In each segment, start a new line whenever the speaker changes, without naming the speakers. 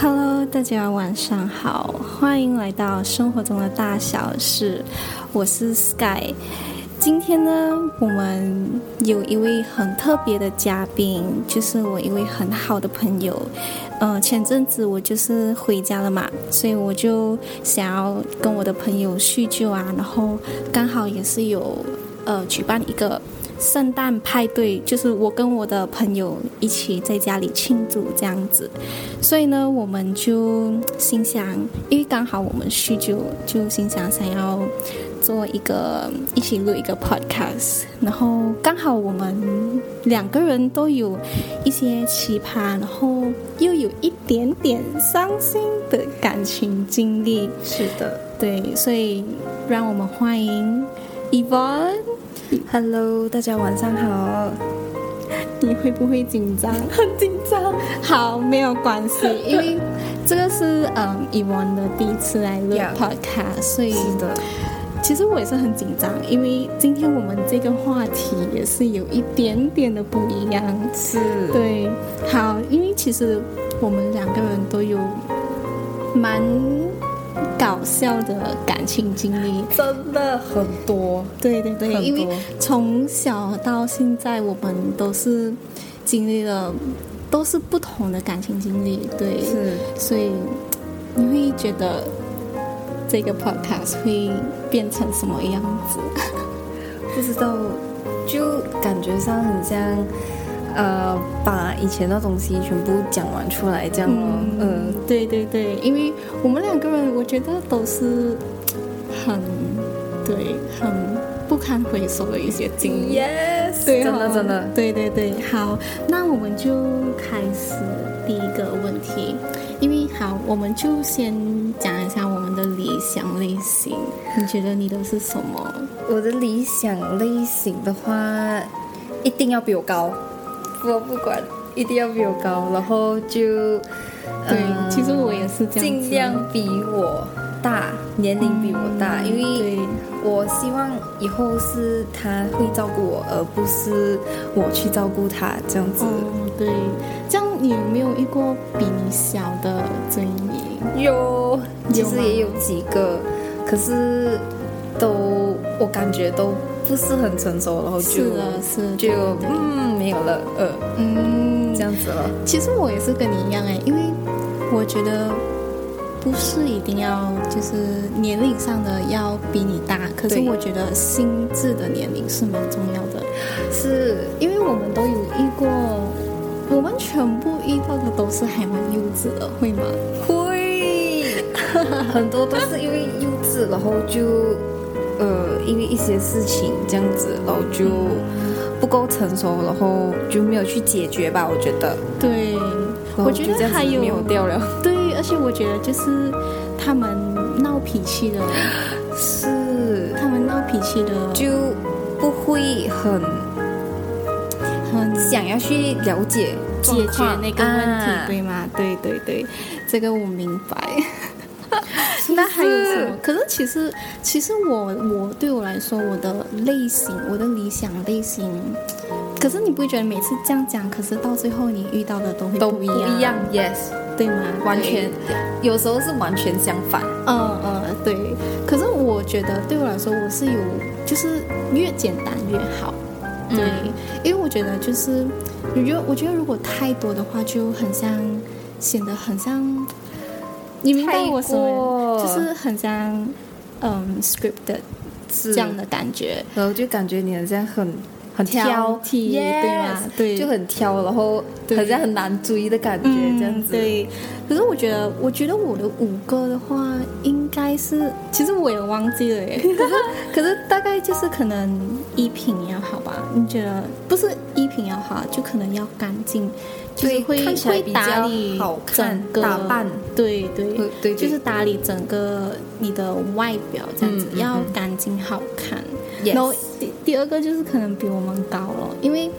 Hello，大家晚上好，欢迎来到生活中的大小事，我是 Sky。今天呢，我们有一位很特别的嘉宾，就是我一位很好的朋友。呃，前阵子我就是回家了嘛，所以我就想要跟我的朋友叙旧啊，然后刚好也是有呃举办一个圣诞派对，就是我跟我的朋友一起在家里庆祝这样子，所以呢，我们就心想，因为刚好我们叙旧，就心想想要做一个一起录一个 podcast，然后刚好我们两个人都有一些奇葩，然后又有一点点伤心的感情经历，
是的
对，所以让我们欢迎 Yvonne。
，Hello，大家晚上好。
你会不会紧 张？很紧张。好，没有关系，因为这个是嗯以往的第一次来录
Yeah
podcast，所以
是的，
其实我也是很紧张，因为今天我们这个话题也是有一点点的不一样。
是，
对，好，因为其实我们两个人都有蛮搞笑的感情经历。
真的很多，
对对对，
很多
因为从小到现在，我们都是经历了都是不同的感情经历，对，
是
所以你会觉得这个 podcast 会变成什么样子？
不知道，就感觉上很像，呃，把以前的东西全部讲完出来这样咯。
嗯
嗯，，
对对对，因为我们两个人，我觉得都是很对很不堪回首的一些经历。
yes，啊
对
真
哦、
的真的，
对对对，好，那我们就开始第一个问题，因为好，我们就先讲一下我们的理想类型，你觉得你都是什么？
我的理想类型的话，一定要比我高，我不管，一定要比我高，然后就，
对，
呃
其实我也是这样子，
尽量比我大，年龄比我大，因为嗯
对
我希望以后是他会照顾我，而不是我去照顾他这样子。
哦对，这样你有没有遇过比你小的追你？
有，其实
有吗
也有几个，可是都我感觉都不是很成熟，然后就是啊
的，是的
就
对
嗯没有了，呃，
嗯，
这样子了。
其实我也是跟你一样哎，因为我觉得不是一定要就是年龄上的要比你大，可是
对
我觉得心智的年龄是蛮重要的，
是
因为我们都有遇过，我们全部遇到的都是还蛮幼稚的，会吗？
会，很多都是因为幼稚，然后就呃因为一些事情这样子，然后就不够成熟，然后就没有去解决吧，我觉得。
对，
然
我
后
觉
就这
得
样子
还有
没有掉了。
对，而且我觉得就是他们闹脾气的，
是，
他们闹脾气的
就不会很
很
想要去了解
解决
状况
那个问题，
啊
对吗？对对对，这个我明 白。那还有什么？ 可是其实，其实我我对我来说，我的类型，我的理想类型，可是你不会觉得每次这样讲，可是到最后你遇到的都会
都
不
不
一
一样
样，
，yes，
对吗？
完
嗯对
全，有时候是完全相反。
嗯嗯，对。可是我觉得对我来说，我是有，就是越简单越好。对，
嗯
因为我觉得就是，我觉得我觉得如果太多的话，就很像显得很像，你明白我什
太
么？
过
就是很像嗯 scripted
是
这样的感觉。
然后就感觉你好像很很
挑
挑
剔
yes,
对吧对
就很挑，然后
对
好像很难追的感觉，这样子。
嗯对，可是我觉得，我觉得我的五个的话，应该是，其实我也忘记了耶。 可是，可是大概就是可能一品要好吧？你觉得不是一品要好，就可能要干净，就是
对
会
看起来
会
比
打
较
理
好看
整个
打扮，
对对
对对
就是打理整个你的外表这样子，
嗯嗯
要
嗯
干净好看。
Yes
然后第第二个就是可能比我们高了，因为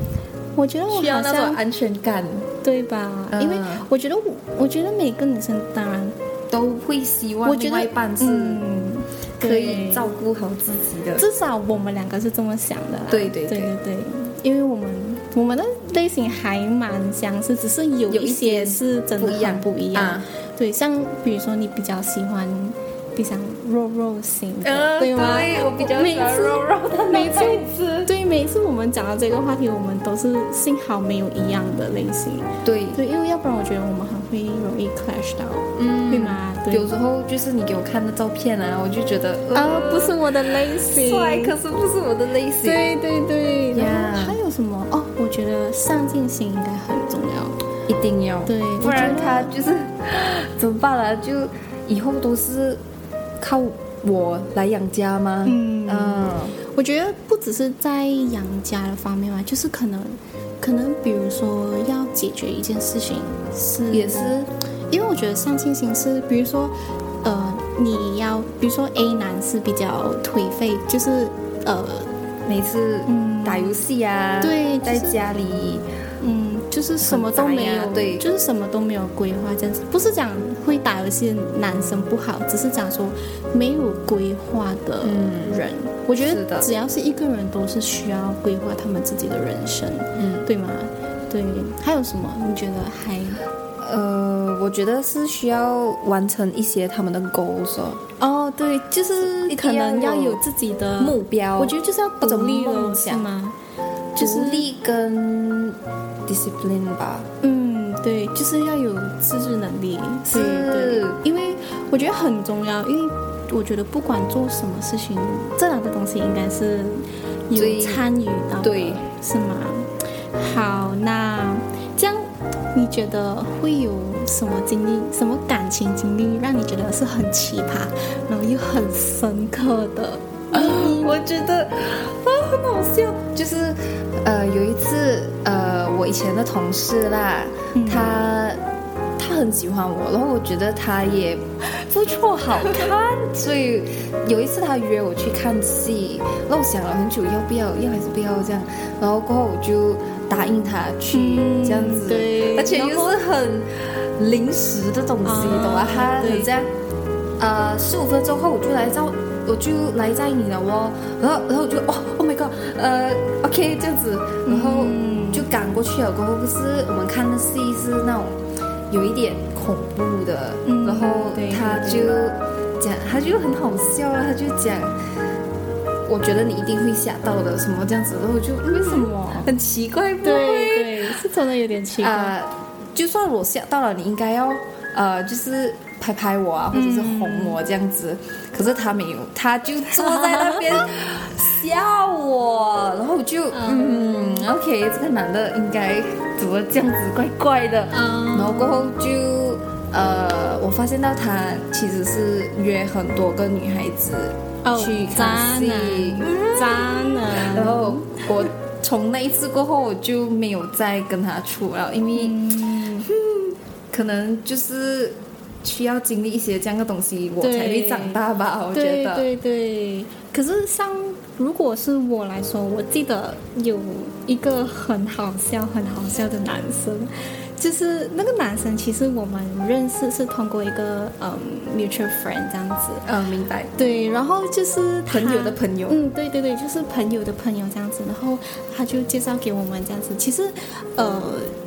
我觉得我
需要
好
那
像
种安全感，
对吧？
嗯
因为我觉得我，我觉得每个女生当然，
都会希望
我觉
另
得
外一半是
嗯，
可以
对
照顾好自己的。
至少我们两个是这么想的啦。
对对
对
对
对对，因为我们我们的类型还蛮相似，只是有
有
一
一
些
些
是真的
不一样
很不一样。
啊，
对，像比如说你比较喜欢比较肉肉型的，
呃
对吗？
对我比较喜欢肉肉的
每
每
次
次
对，每一次我们讲到这个话题，我们都是幸好没有一样的类型，
对，
对，因为要不然我觉得我们很会容易 clash 到，
嗯
对吗？对
有，时候就是你给我看的照片啊，我就觉得
啊，不是我的类型，
帅，可是不是我的类型。
对对对，然后
Yeah
还有什么？哦，我觉得上进心应该很重要，
一定要，
对
不然
我觉得
他就是怎么办啊？就以后都是靠我来养家吗？
嗯
嗯
我觉得不只是在养家的方面吧，就是可能，可能比如说要解决一件事情是
也是，
因为我觉得上进心是，比如说，呃，你要，比如说 A 男是比较颓废，就是呃，
每次
嗯
打游戏啊，
对就是
在家里，
嗯，就是什么都没
很
有
宅，啊对
就是什么都没有规划这样子。不是讲会打游戏的男生不好，只是讲说没有规划的
嗯
人。我觉
是
得
的
只要是一个人，都是需要规划他们自己的人生，
嗯
对吗？对，还有什么？你觉得还
呃，我觉得是需要完成一些他们的 goals 哦
哦，对，就是
一定
可能要
要有
有自己的
目标，
我觉得就是要
或者
独立了，
梦
是
想
吗？就
独
是
立跟 discipline 吧，
嗯，对，就是要有自制能力，对
是
对，因为我觉得很重要，因为我觉得不管做什么事情，这两个东西应该是有
最
参与到的，
对
是吗？好，那这样你觉得会有什么经历、什么感情经历让你觉得是很奇葩，然后又很深刻的？
我觉得啊很好笑，就是呃有一次呃我以前的同事啦，
嗯
他他很喜欢我，然后我觉得他也不错，好 看，所以有一次他约我去看戏，然后我想了很久要不要，要还是不要这样，然后过后我就答应他去、
嗯
这样子，
对
而且又
然后
是很临时的东西，
啊
懂吗？他
对
很这样。呃，十五分钟后我就来照，我就来载你了哦。然后，然后我就哦，Oh my god，呃，OK 这样子，然后
嗯
就赶过去了。过后不是我们看的戏是那种有一点恐怖的，
嗯
然后
对
他就
对
讲，他就很好笑啊了，他就讲，我觉得你一定会吓到的，什么这样子。然后我就为什
什
么
么？
很奇怪，不会
对对，是真的有点奇怪。
啊、就算我吓到了，你应该要呃，就是拍拍我啊，或者是哄我这样子。
嗯
可是他没有，他就坐在那 边吓我，然后我就嗯 o k 这个男的应该怎么这样子，怪怪的。
嗯
然后过后就呃，我发现到他其实是约很多个女孩子去看戏。
哦渣男，
然后我从那一次过后，我就没有再跟他处了，因为、嗯 可能就是需要经历一些这样的东西，我
对
才会长大吧。我觉
对
得，
对对。可是像如果是我来说，我记得有一个很好笑、很好笑的男生，就是那个男生，其实我们认识是通过一个嗯 mutual friend 这样子。
嗯，明白。
对，然后就是他
朋友的朋友
嗯，对对对，就是朋友的朋友这样子，然后他就介绍给我们这样子。其实，呃，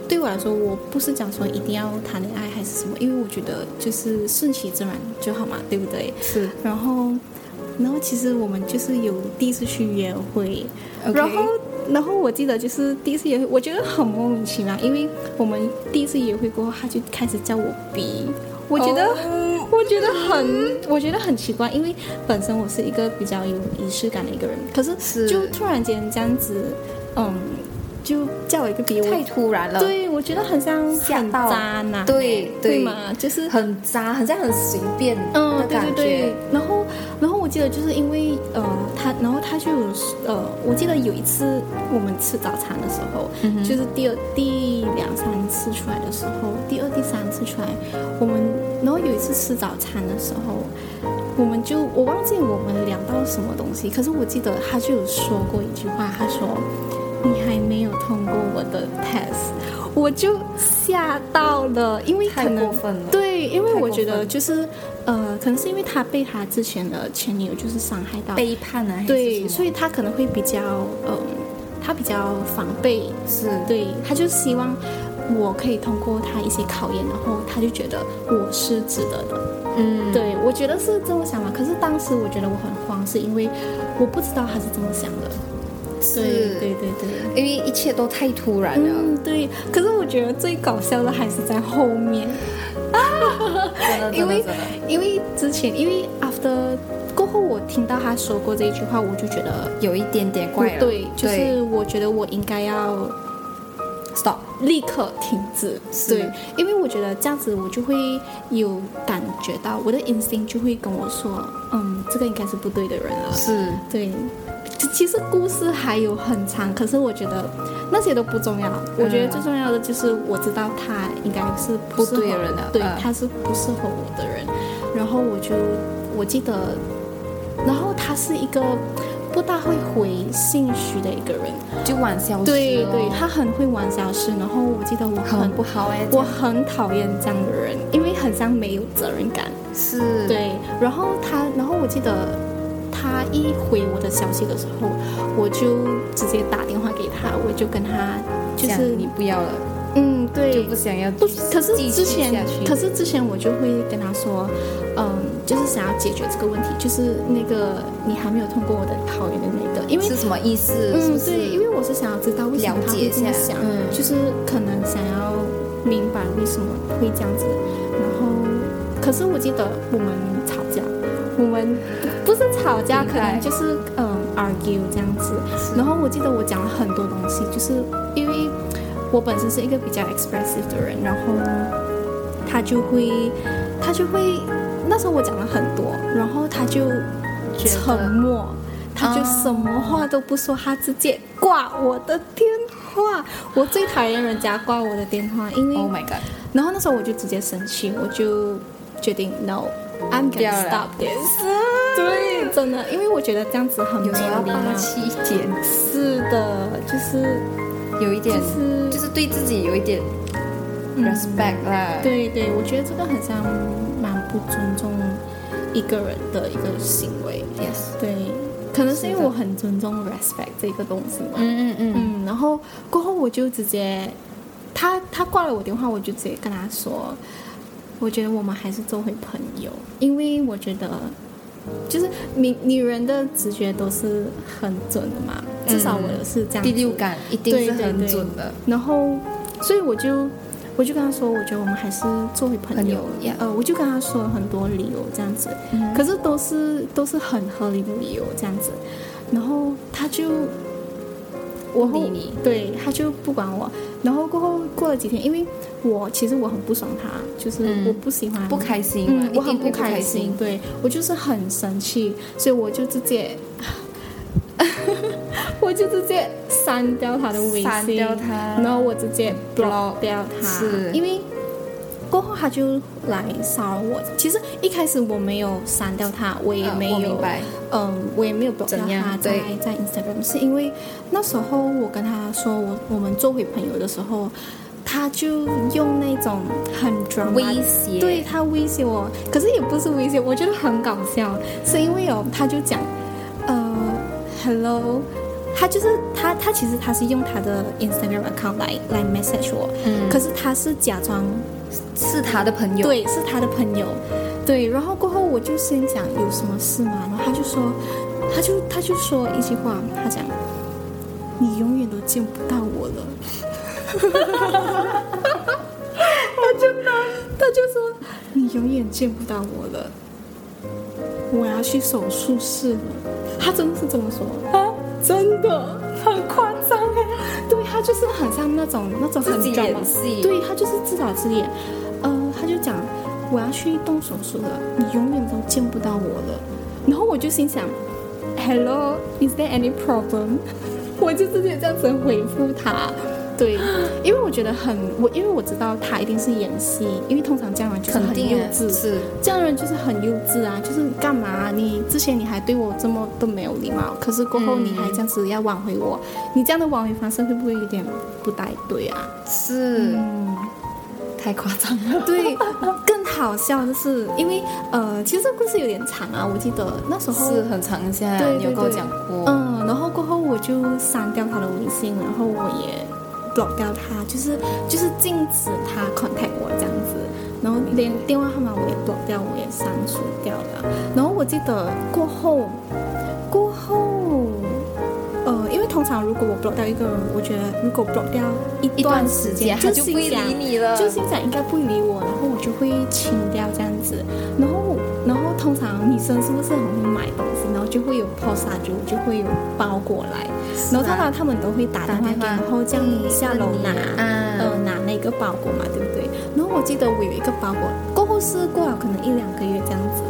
对我来说，我不是讲说一定要谈恋爱还是什么，因为我觉得就是顺其自然就好嘛，对不对？
是
然后，然后其实我们就是有第一次去约会
OK
然后然后我记得就是第一次约会，我觉得很莫名其妙，因为我们第一次约会过后，他就开始叫我 B，我觉
哦
得、我觉得很我觉得很奇怪，因为本身我是一个比较有仪式感的一个人，可是
是
就突然间这样子，嗯，就叫我一个 B，我
太突然了，，
对我觉得很像
吓
很
到
渣男，
对
对
对
嘛，就是
很渣，很像很随便的
嗯，对
感
对
觉。
对。然后，然后我记得就是因为呃，他，然后他就有呃，我记得有一次我们吃早餐的时候，
嗯
就是第二第两三次出来的时候，第二第三次出来，我们然后有一次吃早餐的时候。我们就我忘记我们聊到什么东西，可是我记得他就有说过一句话，他说：“你还没有通过我的 test。”我就吓到了，因为可
太
能
过分了
对，因为
太
我
过
觉得
分
就是呃，可能是因为他被他之前的前女友就是伤害到，
背叛啊，还是
对，
什么
所以他可能会比较嗯、他比较防备，
是
对，他就希望我可以通过他一些考验，然后他就觉得我是值得的。
嗯
对我觉得是这么想嘛，可是当时我觉得我很慌，是因为我不知道他是怎么想的。对对对对。
因为一切都太突然了。
嗯，对。可是我觉得最搞笑的还是在后面，
真的
因为
真的真的
因为之前，因为 after 过后，我听到他说过这一句话，我就觉得
有一点点
不
怪了，
对，就
对
是我觉得我应该要
stop，
立刻停止，
是
对，因为我觉得这样子我就会有感觉到我的 instinct 就会跟我说，嗯，这个应该是不对的人了，
是
对。其其实故事还有很长，可是我觉得那些都不重要。我觉得最重要的就是我知道他应该是
嗯不
适合
对的人了
对
嗯，
他是不适合我的人。然后我就我记得，然后他是一个不大会回信息的一个人，
就玩消失，
对对，，他很会玩小事，然后我记得我很
很不好哎，
我很讨厌这样的人，因为很像没有责任感。
是，
对，然后他，然后我记得他一回我的消息的时候，我就直接打电话给他，我就跟他就
这
是
样你不要了，
嗯
就
对
不。想要
不
继续，
可是
继续
之前
下去，
可是之前我就会跟他说，嗯，就是想要解决这个问题，就是那个你还没有通过我的考验的那个，因为
是什么意思？是
嗯，
不是
对，因为我是想要知道为什么他会这么想，
了解一下嗯
就是可能想要明白为什么会这样子。然后，可是我记得我们吵架，我们不是吵架，
明
可
白
能就是嗯 argue 这样子。
是
然后我记得我讲了很多东西，就是因为我本身是一个比较 expressive 的人，然后他就会他就会那时候我讲了很多，然后他就
觉得
沉默，他就什么话都不说，他直接挂我的电话。我最讨厌人家挂我的电话，因为、
，Oh my god，
然后那时候我就直接生气，我就决定 no，I'm
不要
gonna
了
stop this。对，真的，因为我觉得这样子很没
有时候要
有礼貌
霸。气一点，
是的，就是
有一点
就，是嗯
就是对自己有一点 respect 啦，，
对对，我觉得这个很像蛮不尊重一个人的一个行为。
yes，
对，可能是因为
是的
我很尊重 respect 这个东西嘛。
嗯嗯嗯，
嗯，然后过后我就直接，他他挂了我电话，我就直接跟他说，我觉得我们还是做回朋友，因为我觉得，就是女女人的直觉都是很准的嘛，至少我的是这样、
第六。感一定是很准的，
然后，所以我就我就跟他说，我觉得我们还是做回朋
朋
友
友。，yeah
呃，我就跟他说了很多理由这样子，
嗯
可是都是都是很合理的理由这样子，然后他就我
不理你，
对，他就不管我，然后过后过了几天，因为我其实我很不爽他，就是
嗯
我不喜欢
不开心嘛
嗯，，我
一
很
定会不
开
心，
对我就是很生气，所以我就直接。 我就直接删掉他的微信，
删掉他
然后我直接 block
block
掉他，
是
因为过后他就来骚扰我。其实一开始我没有删掉他，我也
呃
没
我
有
明，白，
嗯，我也没有 block 掉
怎
他
样
在
对
在 Instagram，是因为那时候我跟他说我我们做回朋友的时候，他就用那种很 drama
威胁，
对，他威胁我，可是也不是威胁，我觉得很搞笑，是因为哦，他就讲，呃，hello，他就是他，他其实他是用他的 Instagram account 来来 message 我，
嗯
可是他是假装
是他的朋友，
对是他的朋友，对，然后过后我就心想有什么事嘛，然后他就说，他就他就说一句话，他讲，你永远都见不到我 了。他就说：“你永远见不到我了，我要去手术室了。”他真的是这么说啊，真的很夸张哎。对他就是很像那种那种很
自己
drama
演戏
对他就是自导自演。呃，他就讲我要去动手术了，你永远都见不到我了。然后我就心想，Hello, is there any problem？我 就直接这样子回复他。对，因为我觉得很我，因为我知道他一定是演戏，因为通常这样人就是
肯
很
定
幼
啊
稚，
是
这样人就是很幼稚啊，就是干嘛啊、你之前你还对我这么都没有礼貌，可是过后
嗯
你还这样子要挽回我，你这样的挽回方式会不会有点不太对啊？
是，
嗯，
太夸张了，
对，更好笑，就是因为呃，其实这个故事有点长啊，我记得那时候
是很长下来，
对
你有
对
跟我
对
讲过。
嗯，然后过后我就删掉他的微信，然后我也 block 掉他，就是就是禁止他 contact 我这样子，然后连电话号码我也 block 掉，我也删除掉了。然后我记得过后，过后，呃，因为通常如果我 block 掉一个人，我觉得如果 block 掉一段时间，
他
就
就不
心
会
想
理你了，
就心想应该不理我，然后我就会清掉这样子。然后，然后通常女生是不是很会买东西，然后就会有 POS 啊，就就会有包裹来，然后通常他们都会打电话给你，
打电话
然后叫你下楼拿，
啊
呃，拿那个包裹嘛，对不对？然后我记得我有一个包裹，过后是过了可能一两个月这样子，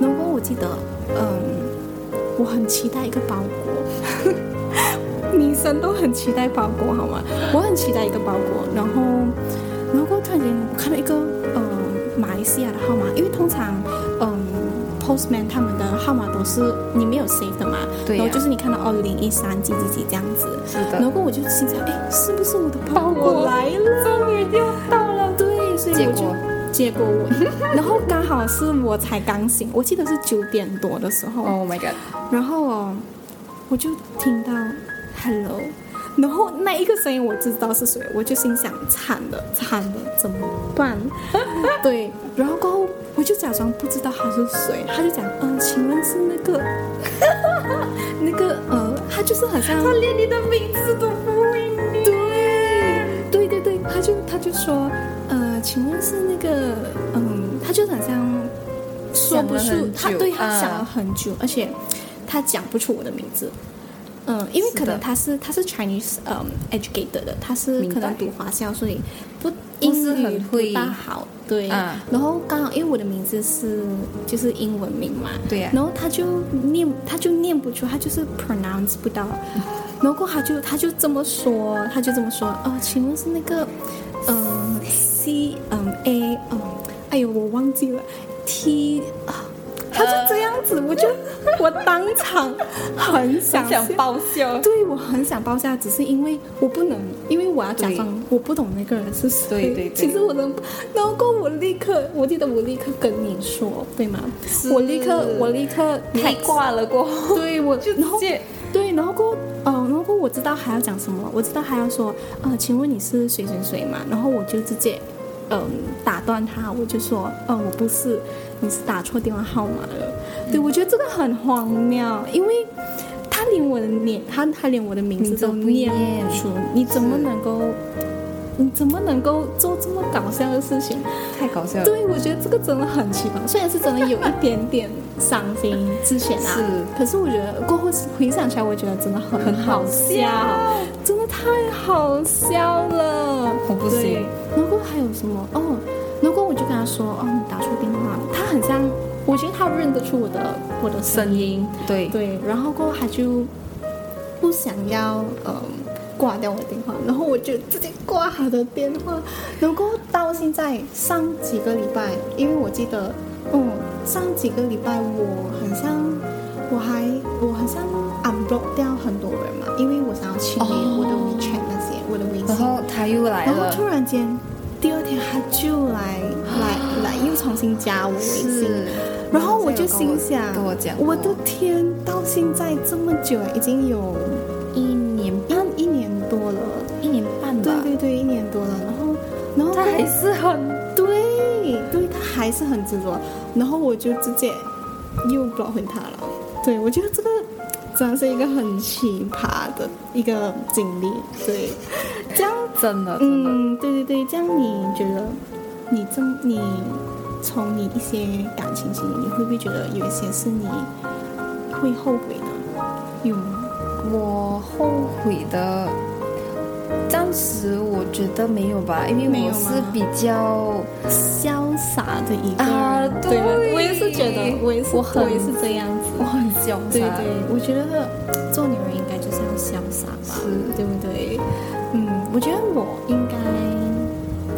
然后我记得，嗯，我很期待一个包裹。 女生都很期待包裹，好吗？我很期待一个包裹，然后，然后过后突然间我看到一个呃马来西亚的号码，因为通常嗯、postman 他们的号码都是你没有 save 的嘛，
对呀
然后就是你看到哦零一三几几几这样子，
是
然后
的，
过后我就心想，哎，是不是我的包裹来了？终于要到了，对，所以
结
我就
果
结果 我，然后刚好是我才刚醒，我记得是九点多的时候，
，Oh my god，
然后哦，我就听到 “hello”，然后那一个声音我知道是谁，我就心想惨了惨了，怎么办？对，然后过后我就假装不知道他是谁，他就讲嗯、呃请问是那个那个呃，他就是好像
连你的名字都不会念，
对对对对，他就他就说呃，请问是那个嗯，他就好像说不
想了
出
很，
他
久
对他
啊
想了很久，而且他讲不出我的名字。嗯，因为
是
可能
的
他是他是 Chinese 嗯 educated 的，他是
明白
可能读华校，所以不英
是
语
很会
不大好。对，
啊
然后刚好因为我的名字是就是英文名嘛，
对呀
然后他就念他就念不出，他就是 pronounce 不 到，然后他就他就这么说，他就这么说，哦，请问是那个嗯 C 嗯 A 嗯，哎呦我忘记了 T 啊，他就这样子，我 就我当场很想
想
笑
爆笑，
对，我很想报价，只是因为我不能，因为我要假装我不懂那个人是谁。
对对对
其实我能，然后过后我立刻，我记得我立刻跟你说，对吗？
是
我立刻，我立刻
你一
text
挂了过后，
对我，然后
直接
对，然后过后，呃，然后过后我知道还要讲什么，我知道还要说，呃，请问你是谁谁谁嘛？然后我就直接，嗯、打断他，我就说，呃，我不是，你是打错电话号码了。对，我觉得这个很荒谬，因为他连我的脸，他他连我的名字
名字
都
都不
念
念
不出，你怎么能够，你怎么能够做这么搞笑的事情？
太搞笑了，
对，我觉得这个真的很奇葩，虽然是真的有一点点伤心之前啊，
是
可是我觉得过后回想起来，我觉得真的很
很好
笑，
笑
真的太好笑了，
我不
对
行。
然后还有什么？哦，然后我就跟他说，哦，你打错电话了，他很像，我觉得他认得出我的我的声
声
音，
音，对，
对，然后过后他就不想要呃挂掉我的电话，然后我就直接挂他的电话，然后过后到现在上几个礼拜，因为我记得，嗯，上几个礼拜我很像我还我很像 unblock 掉很多人嘛，因为我想要清理
哦
我的 WeChat 那些我的微信，
然后他又来
然后突
了，
然间第二天他就来来来又重新加我微信。
是，
然后我就心想，
跟我讲，
我的天，到现在这么久，已经有
一年
一一年多了，
一年半
对
吧，
对对，一年多了。然后，然后
他还是很
对对，他还是很执着。然后我就直接又 block 回他了。对，我觉得这个真的是一个很奇葩的一个经历。对，这样，
真的真的，
嗯，对对对，这样你觉得你这么你从你一些感情经历，你会不会觉得有一些是你会后悔的？有吗？
我后悔的，暂时我觉得没有吧，因
没
为
有
我
吗
是比较
潇洒的一个人，
啊
对了
对
我也是觉得，我也是，
我很
也是这样子。
我很潇洒，
对对，我觉得做女人应该就是要潇洒吧，
是
对不对？嗯，我觉得我应该，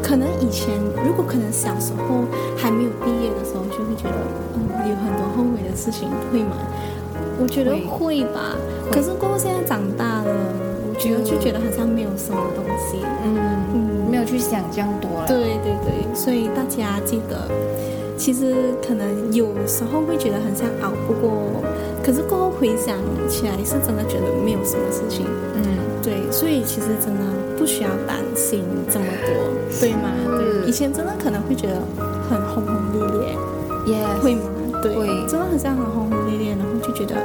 可能以前如果可能小时候还没有毕业的时候，就会觉得嗯有很多后悔的事情，会吗？我觉得会吧，
会嗯
可是过后现在长大了，我觉得
就
就觉得好像没有什么东西，
嗯，
嗯，
没有去想这样多了，
对对对，所以大家记得其实可能有时候会觉得很想熬不过，可是过后回想起来是真的觉得没有什么事情。
嗯，
对，所以其实真的不需要担心这么多，嗯对吗？对，以前真的可能会觉得很轰轰烈烈，
也
会吗？对，
会
真的很像很轰轰烈烈，然后就觉得，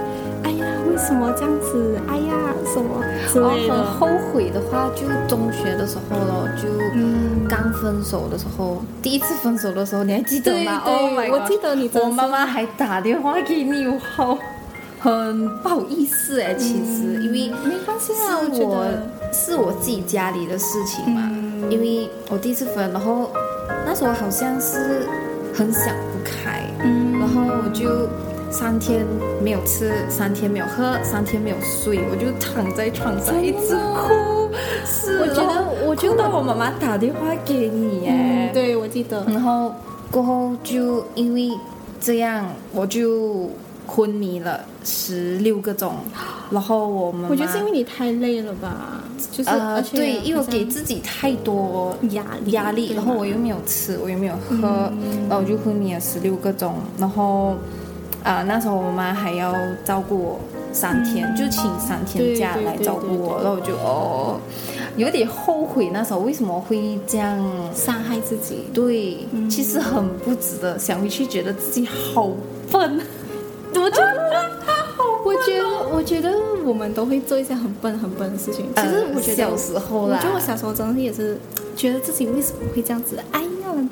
哎呀，为什么这样子？哎呀，什么之
哦，
类
很
的。
后悔的话，就中学的时候咯，就
嗯
刚分手的时候，第一次分手的时候，你还记得
对
吗
对
？Oh my
我
god
记得你真的
我
是
妈妈还打电话给你，我好很不好意思哎，其实、因为
没关系啊，我
是
觉
我
得，
是我自己家里的事情嘛，
嗯
因为我第一次分，然后那时候好像是很想不开，
嗯
然后我就三天没有吃，三天没有喝，三天没有睡，我就躺在床上一直哭。是，
我觉得
然后
我觉得
哭到我妈妈打电话给你耶
嗯，，对，我记得，
然后过后就因为这样，我就昏迷了十六个钟，然后我妈妈
我觉得是因为你太累了吧，就是
呃
而且
对，因为我给
好
自己太多
像压力
压力，
对嗯
然后
吗
我又没有吃，我又没有喝，然后我就昏迷了十六个钟，然后啊、那时候我妈还要照顾我三天，就请三天
对
假
对
来
对
照顾
对
我，
嗯对
然后我就哦，有点后悔那时候为什么会这样。
伤害自己，
对，
嗯
其实很不值得，想回去觉得自己好笨，我觉得
我觉得，我觉得我们都会做一些很笨很笨的事情。其
呃
实我觉得
小时候
我
啦
觉得我小时候真的也是觉得自己为什么会这样子？哎呀，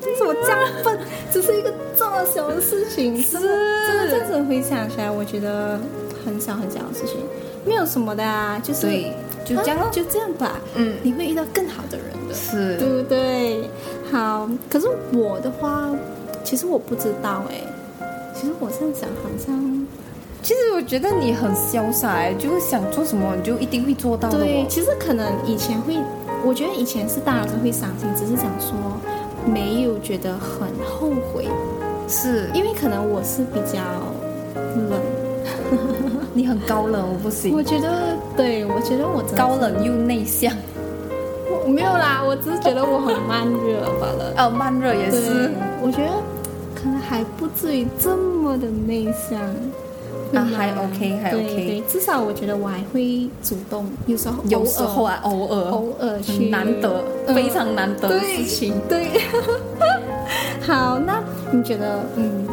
为什么这样笨？只是一个这么小的事情，真的真的这样子回想起来，我觉得很小很小的事情，没有什么的啊，就是
对，就这样
啊
咯，
就这样吧。
嗯
你会遇到更好的人的。
是
对不对？好，可是我的话，其实我不知道哎、其实我这样想好像
其实我觉得你很潇洒、欸，就是想做什么你就一定会做到的、
对，
哦。
其实可能以前会，我觉得以前是当然是会伤心，只是想说没有觉得很后悔，
是
因为可能我是比较冷，
你很高冷，我不
我
行，
觉得对，我觉得我真的
高冷又内向，
我没有啦，我只是觉得我很慢热罢了。
呃，慢热也
对
是，
我觉得可能还不至于这么的内向。会
啊
吗
还 OK，还
对
OK
对，至少我觉得我还会主动，有时候
有时候
偶尔
啊，偶尔，
偶尔去
很难得，
嗯
非常难得的
对
事情。
对， 好，那你觉得，嗯，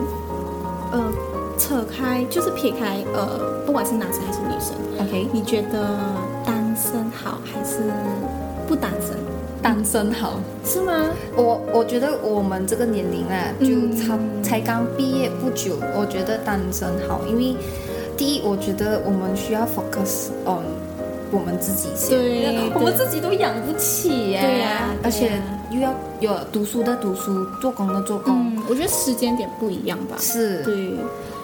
呃，扯开就是撇开，呃，不管是男生还是女生，
OK，
你觉得单身好还是不单身？
单身好。
是
哦
吗？
我我觉得我们这个年龄啊，就
嗯
差、才刚毕业不久，我觉得单身好，因为第一，我觉得我们需要 focus on 我们自己先，
对
因为
对
我们自己都养不起耶，
对呀对
而且
呀
又要有读书的读书，做工的做工，
嗯，我觉得时间点不一样吧。
是，
对，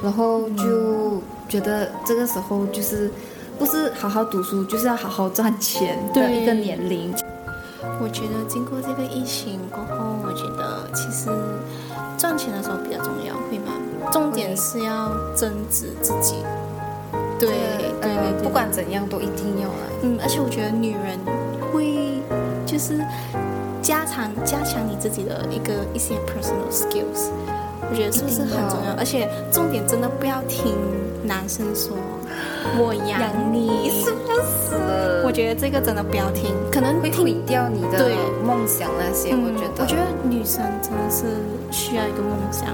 然后就觉得这个时候就是不是好好读书，就是要好好赚钱的
对
一个年龄，
我觉得经过这个疫情过后，我觉得其实赚钱的时候比较重要，会吗？重点是要增值自己。对对嗯
呃
对，对
不管怎样都一定要来。
嗯，而且我觉得女人会就是加强加强你自己的一个一些 personal skills，我觉得是不是
一定
很
要
重要？而且重点真的不要听男生说“我养你
是不是”，？
我觉得这个真的不要听，可能
会
听
毁掉你的
对
梦想那些，
嗯
我觉得。
我觉得女生真的是需要一个梦想，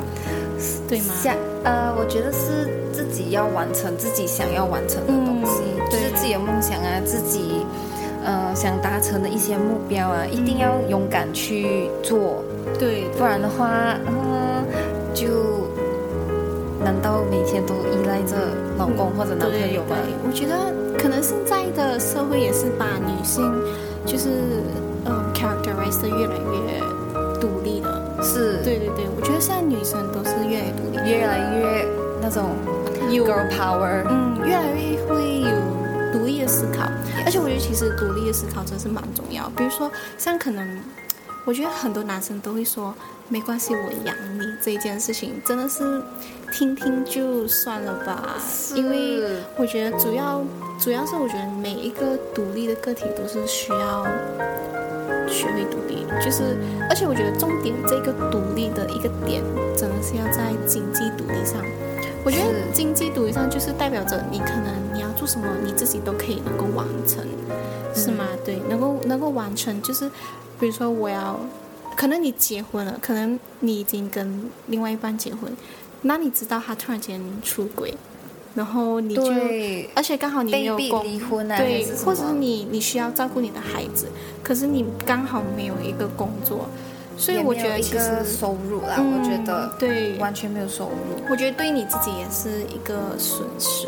对吗？
想呃，我觉得是自己要完成自己想要完成的东西，
嗯
就是
对
自己的梦想啊，自己呃想达成的一些目标啊，一定要勇敢去做，
对，
不然的话，嗯、就难道每天都依赖着老公或者男朋友吗？
对我觉得可能现在的社会也是把女性就是嗯 characterize 的越来越独立了。
是，
对对对，我觉得现在女生都是越来越独
越来越那种
立，有
girl power，
嗯越来越会有独立的思考，而且我觉得其实独立的思考真是蛮重要。比如说像可能。我觉得很多男生都会说没关系，我养你这一件事情真的是听听就算了吧，因为
是
我觉得主要主要是我觉得每一个独立的个体都是需要学会独立，就是而且我觉得重点这个独立的一个点，真的是要在经济独立上。我觉得
是
经济独立上就是代表着你可能你要做什么，你自己都可以能够完成，是
嗯
吗？对，能够能够完成，就是比如说我要，可能你结婚了，可能你已经跟另外一半结婚，那你知道他突然间出轨，然后你就，
对，
而且刚好你没
被
有
逼
工
离婚啊，还
对
是，什
或者是
么
你你需要照顾你的孩子，可是你刚好没有一个工作，所以
也
我
没
觉
有
得
一
其实
个，收入啦，
嗯
我觉得
对，
完全没有收入，
我觉得对你自己也是一个损失。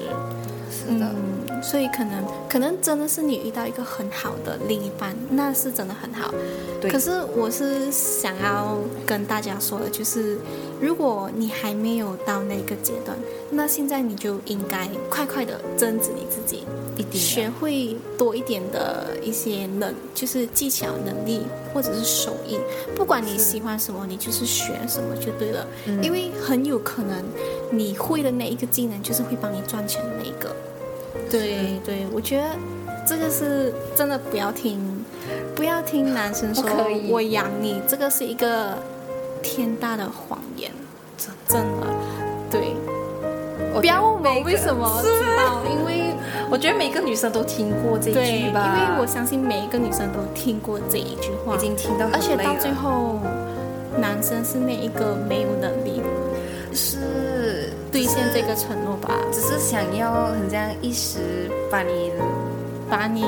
是的，
嗯，所以可能可能真的是你遇到一个很好的另一半，那是真的很好。
对
可是我是想要跟大家说的，就是如果你还没有到那个阶段，那现在你就应该快快的增值你自己，
一定
学会多一点的一些能，就是技巧能力或者是手艺，不管你
是
喜欢什么，你就是学什么就对了，
嗯
因为很有可能你会的那一个技能就是会帮你赚钱的那一个。对对，我觉得这个是真的不要听，不要听男生说
不可以
我养你，这个是一个天大的谎言，真真的对。
我
不要
觉得
问我为什么知道，因为
我觉得每个女生都听过这一
对，因
句吧，
为我相信每一个女生都听过这一句话，
已经听到很累了，
而且到最后，男生是那一个没有能力
是
兑现这个承诺吧，
只是想要很像一时把你
把你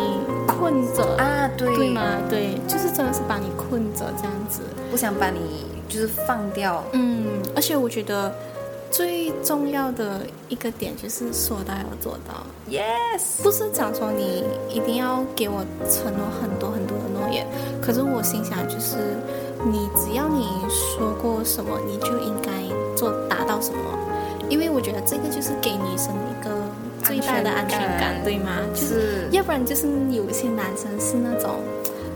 困着，
啊，对
对？吗？对，就是真的是把你困着这样子。
不想把你就是放掉，
嗯，而且我觉得最重要的一个点就是说到要做到。
Yes，
不是讲说你一定要给我承诺很多很多的诺言，可是我心想就是，你只要你说过什么，你就应该做达到什么，因为我觉得这个就是给女生一个最大的安全感，
安全感
对吗？就是
是
要不然就是有一些男生是那种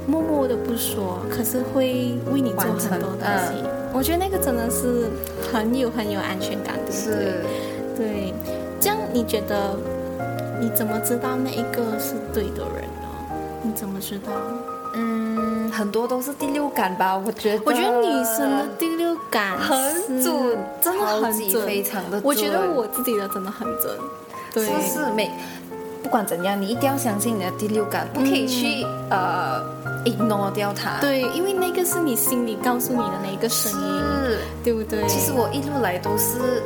默默的不说，可是会为你做很多东
完成嗯
西，我觉得那个真的是很有很有安全感，对不对？
是
对，这样你觉得你怎么知道那一个是对的人呢？你怎么知道？
嗯，很多都是第六感吧，我觉得。啊
我觉得女生的第六感
很
是
准，
真的
超
很
级
准，
非常的准。
我觉得我自己的真的很准，对，
是不是每不管怎样，你一定要相信你的第六感，不可以去、呃 ignore 掉它。，
对，因为那个是你心里告诉你的那一个声音，
是。
对不对？
其实我一路来都是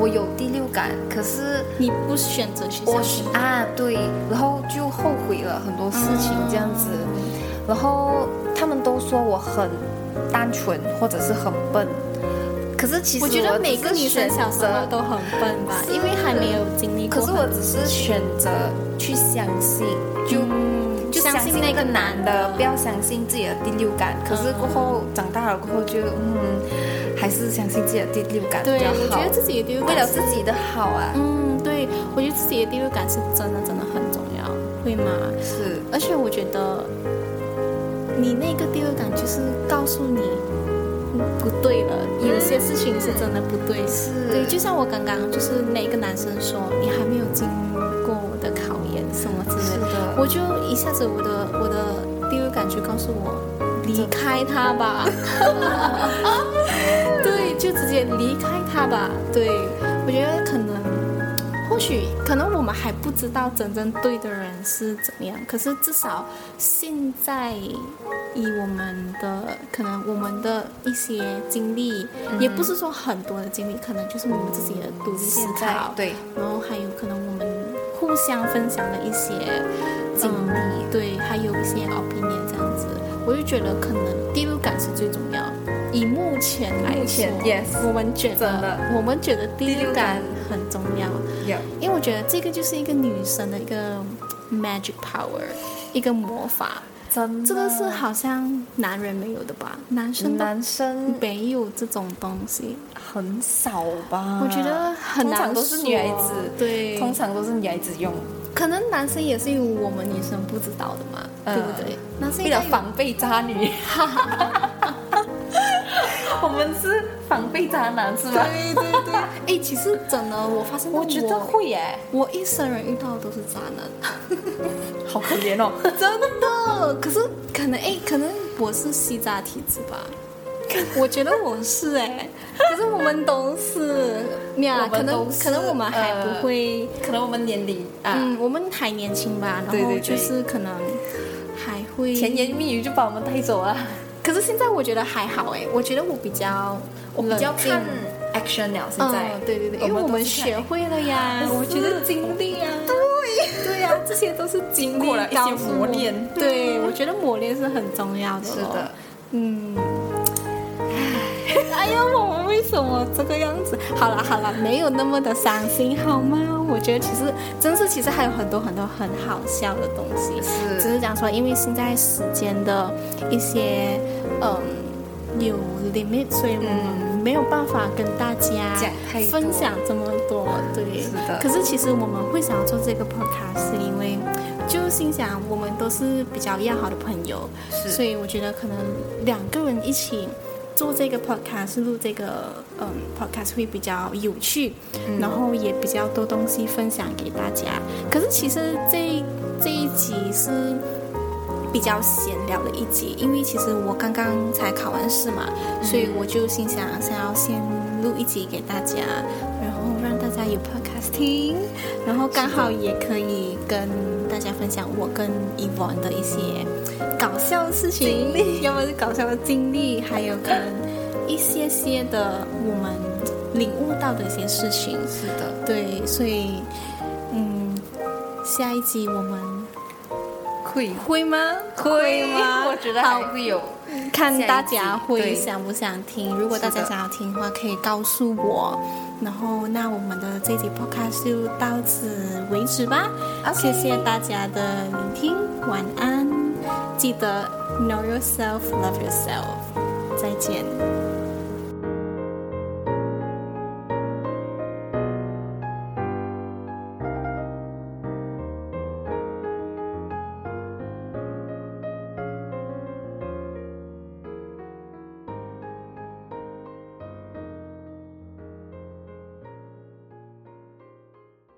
我有第六感，可是
你不选择去
我
相信，
啊对，然后就后悔了很多事情
嗯
这样子，然后他们都说我很单纯或者是很笨，可是其实
我觉得每个女生
只是
小时
选择
候都很笨吧，
是啊
因为还没有经历过
可是
很。
我只是选择去相信，就、
嗯
就
相信那个
男
的
不要相信自己的第六感。可是过后、长大了过后就嗯，还是相信自己的第六感比
对，
较
我
好
觉得，自己的第六
为
感
了
是
自己的好啊，
嗯，对，我觉得自己的第六感是真的真的很重要，会吗？
是
而且我觉得你那个第六感就是告诉你嗯不对了，有些事情是真的不对。
是，
对，就像我刚刚就是那个男生说，你还没有经过我的考验什么之
是
类的，
的，
我就一下子我的我的第六感就告诉我离开他吧， 对，就直接离开他吧。对，我觉得可能，或许可能我们还不知道真正对的人是怎么样，可是至少现在以我们的可能我们的一些经历，也不是说很多的经历，可能就是我们自己的独立思
现在
考，
对
然后还有可能我们互相分享的一些
经历
嗯对，还有一些 opinion 这样子，我就觉得可能第六感是最重要。以目前来说
目前，yes，
我们觉
真
得
的
我们觉得第
第
六
六
感
感
很重要，
有
因为我觉得这个就是一个女生的一个 magic power，一个魔法，
真的
这个是好像男人没有的吧，男生都
男生
没有这种东西，
很少吧？
我觉得很
嗯通
难
常都是女孩
说
子，
对，
通常都是女孩子用，
可能男生也是有我们女生不知道的嘛，
嗯
对不对？男生
为
也
了
有
防备渣女。我们是防备渣男是吧？
对对 对。哎，其实真的，我发现到
我觉得会耶，
我一生人遇到的都是渣男，
好可怜哦。
真的，可是 可能哎，可能我是西渣体质 吧。我觉得我是哎、可是我们都是，呀，
我
可
们
能
都是
可能我们还不会，
可能我们年龄啊，
嗯，我们还年轻吧，
对
然后
对对
就是可能还会
甜言蜜语就把我们带走啊。
可是现在我觉得还好哎，我觉得我比较
我比较
冷静
看 action 了，现
嗯
在。，
对对对，因为我
都
们
是看
学会了呀，
是
我觉得经历啊，对对呀、这些都是经历
过了一些
告诉我
磨练
对我觉得磨练是很重要的、
是的，，
嗯。哎呀，我们为什么这个样子？好了好了，没有那么的伤心好吗？我觉得其实，真是其实还有很多很多很好笑的东西，
是
只是讲说，因为现在时间的一些嗯有 limit，所以我们没有办法跟大家
嗯讲太多
分享这么多。对，
是的
可是其实我们会想要做这个 podcast，是因为就心想我们都是比较要好的朋友，
是
所以我觉得可能两个人一起。做这个 podcast，录这个嗯 podcast 会比较有趣，然后也比较多东西分享给大家。可是其实这这一集是比较闲聊的一集，因为其实我刚刚才考完试嘛，所以我就心想想要先录一集给大家，然后让大家有 podcast 听，然后刚好也可以跟大家分享我跟 Evon 的一些搞笑的事情，要么是搞笑的经历，还有可能一些些的我们领悟到的一些事情。
是的，
对，所以嗯，下一集我们
会
会吗？会吗？
我觉得
好
还会有，
看大
下
家
一集
会
对
想不想听。如果大家
是的
想要听的话，可以告诉我。然后，那我们的这集 podcast 就到此为止吧。谢谢大家的聆听，晚安。记得 know yourself, love yourself。再见。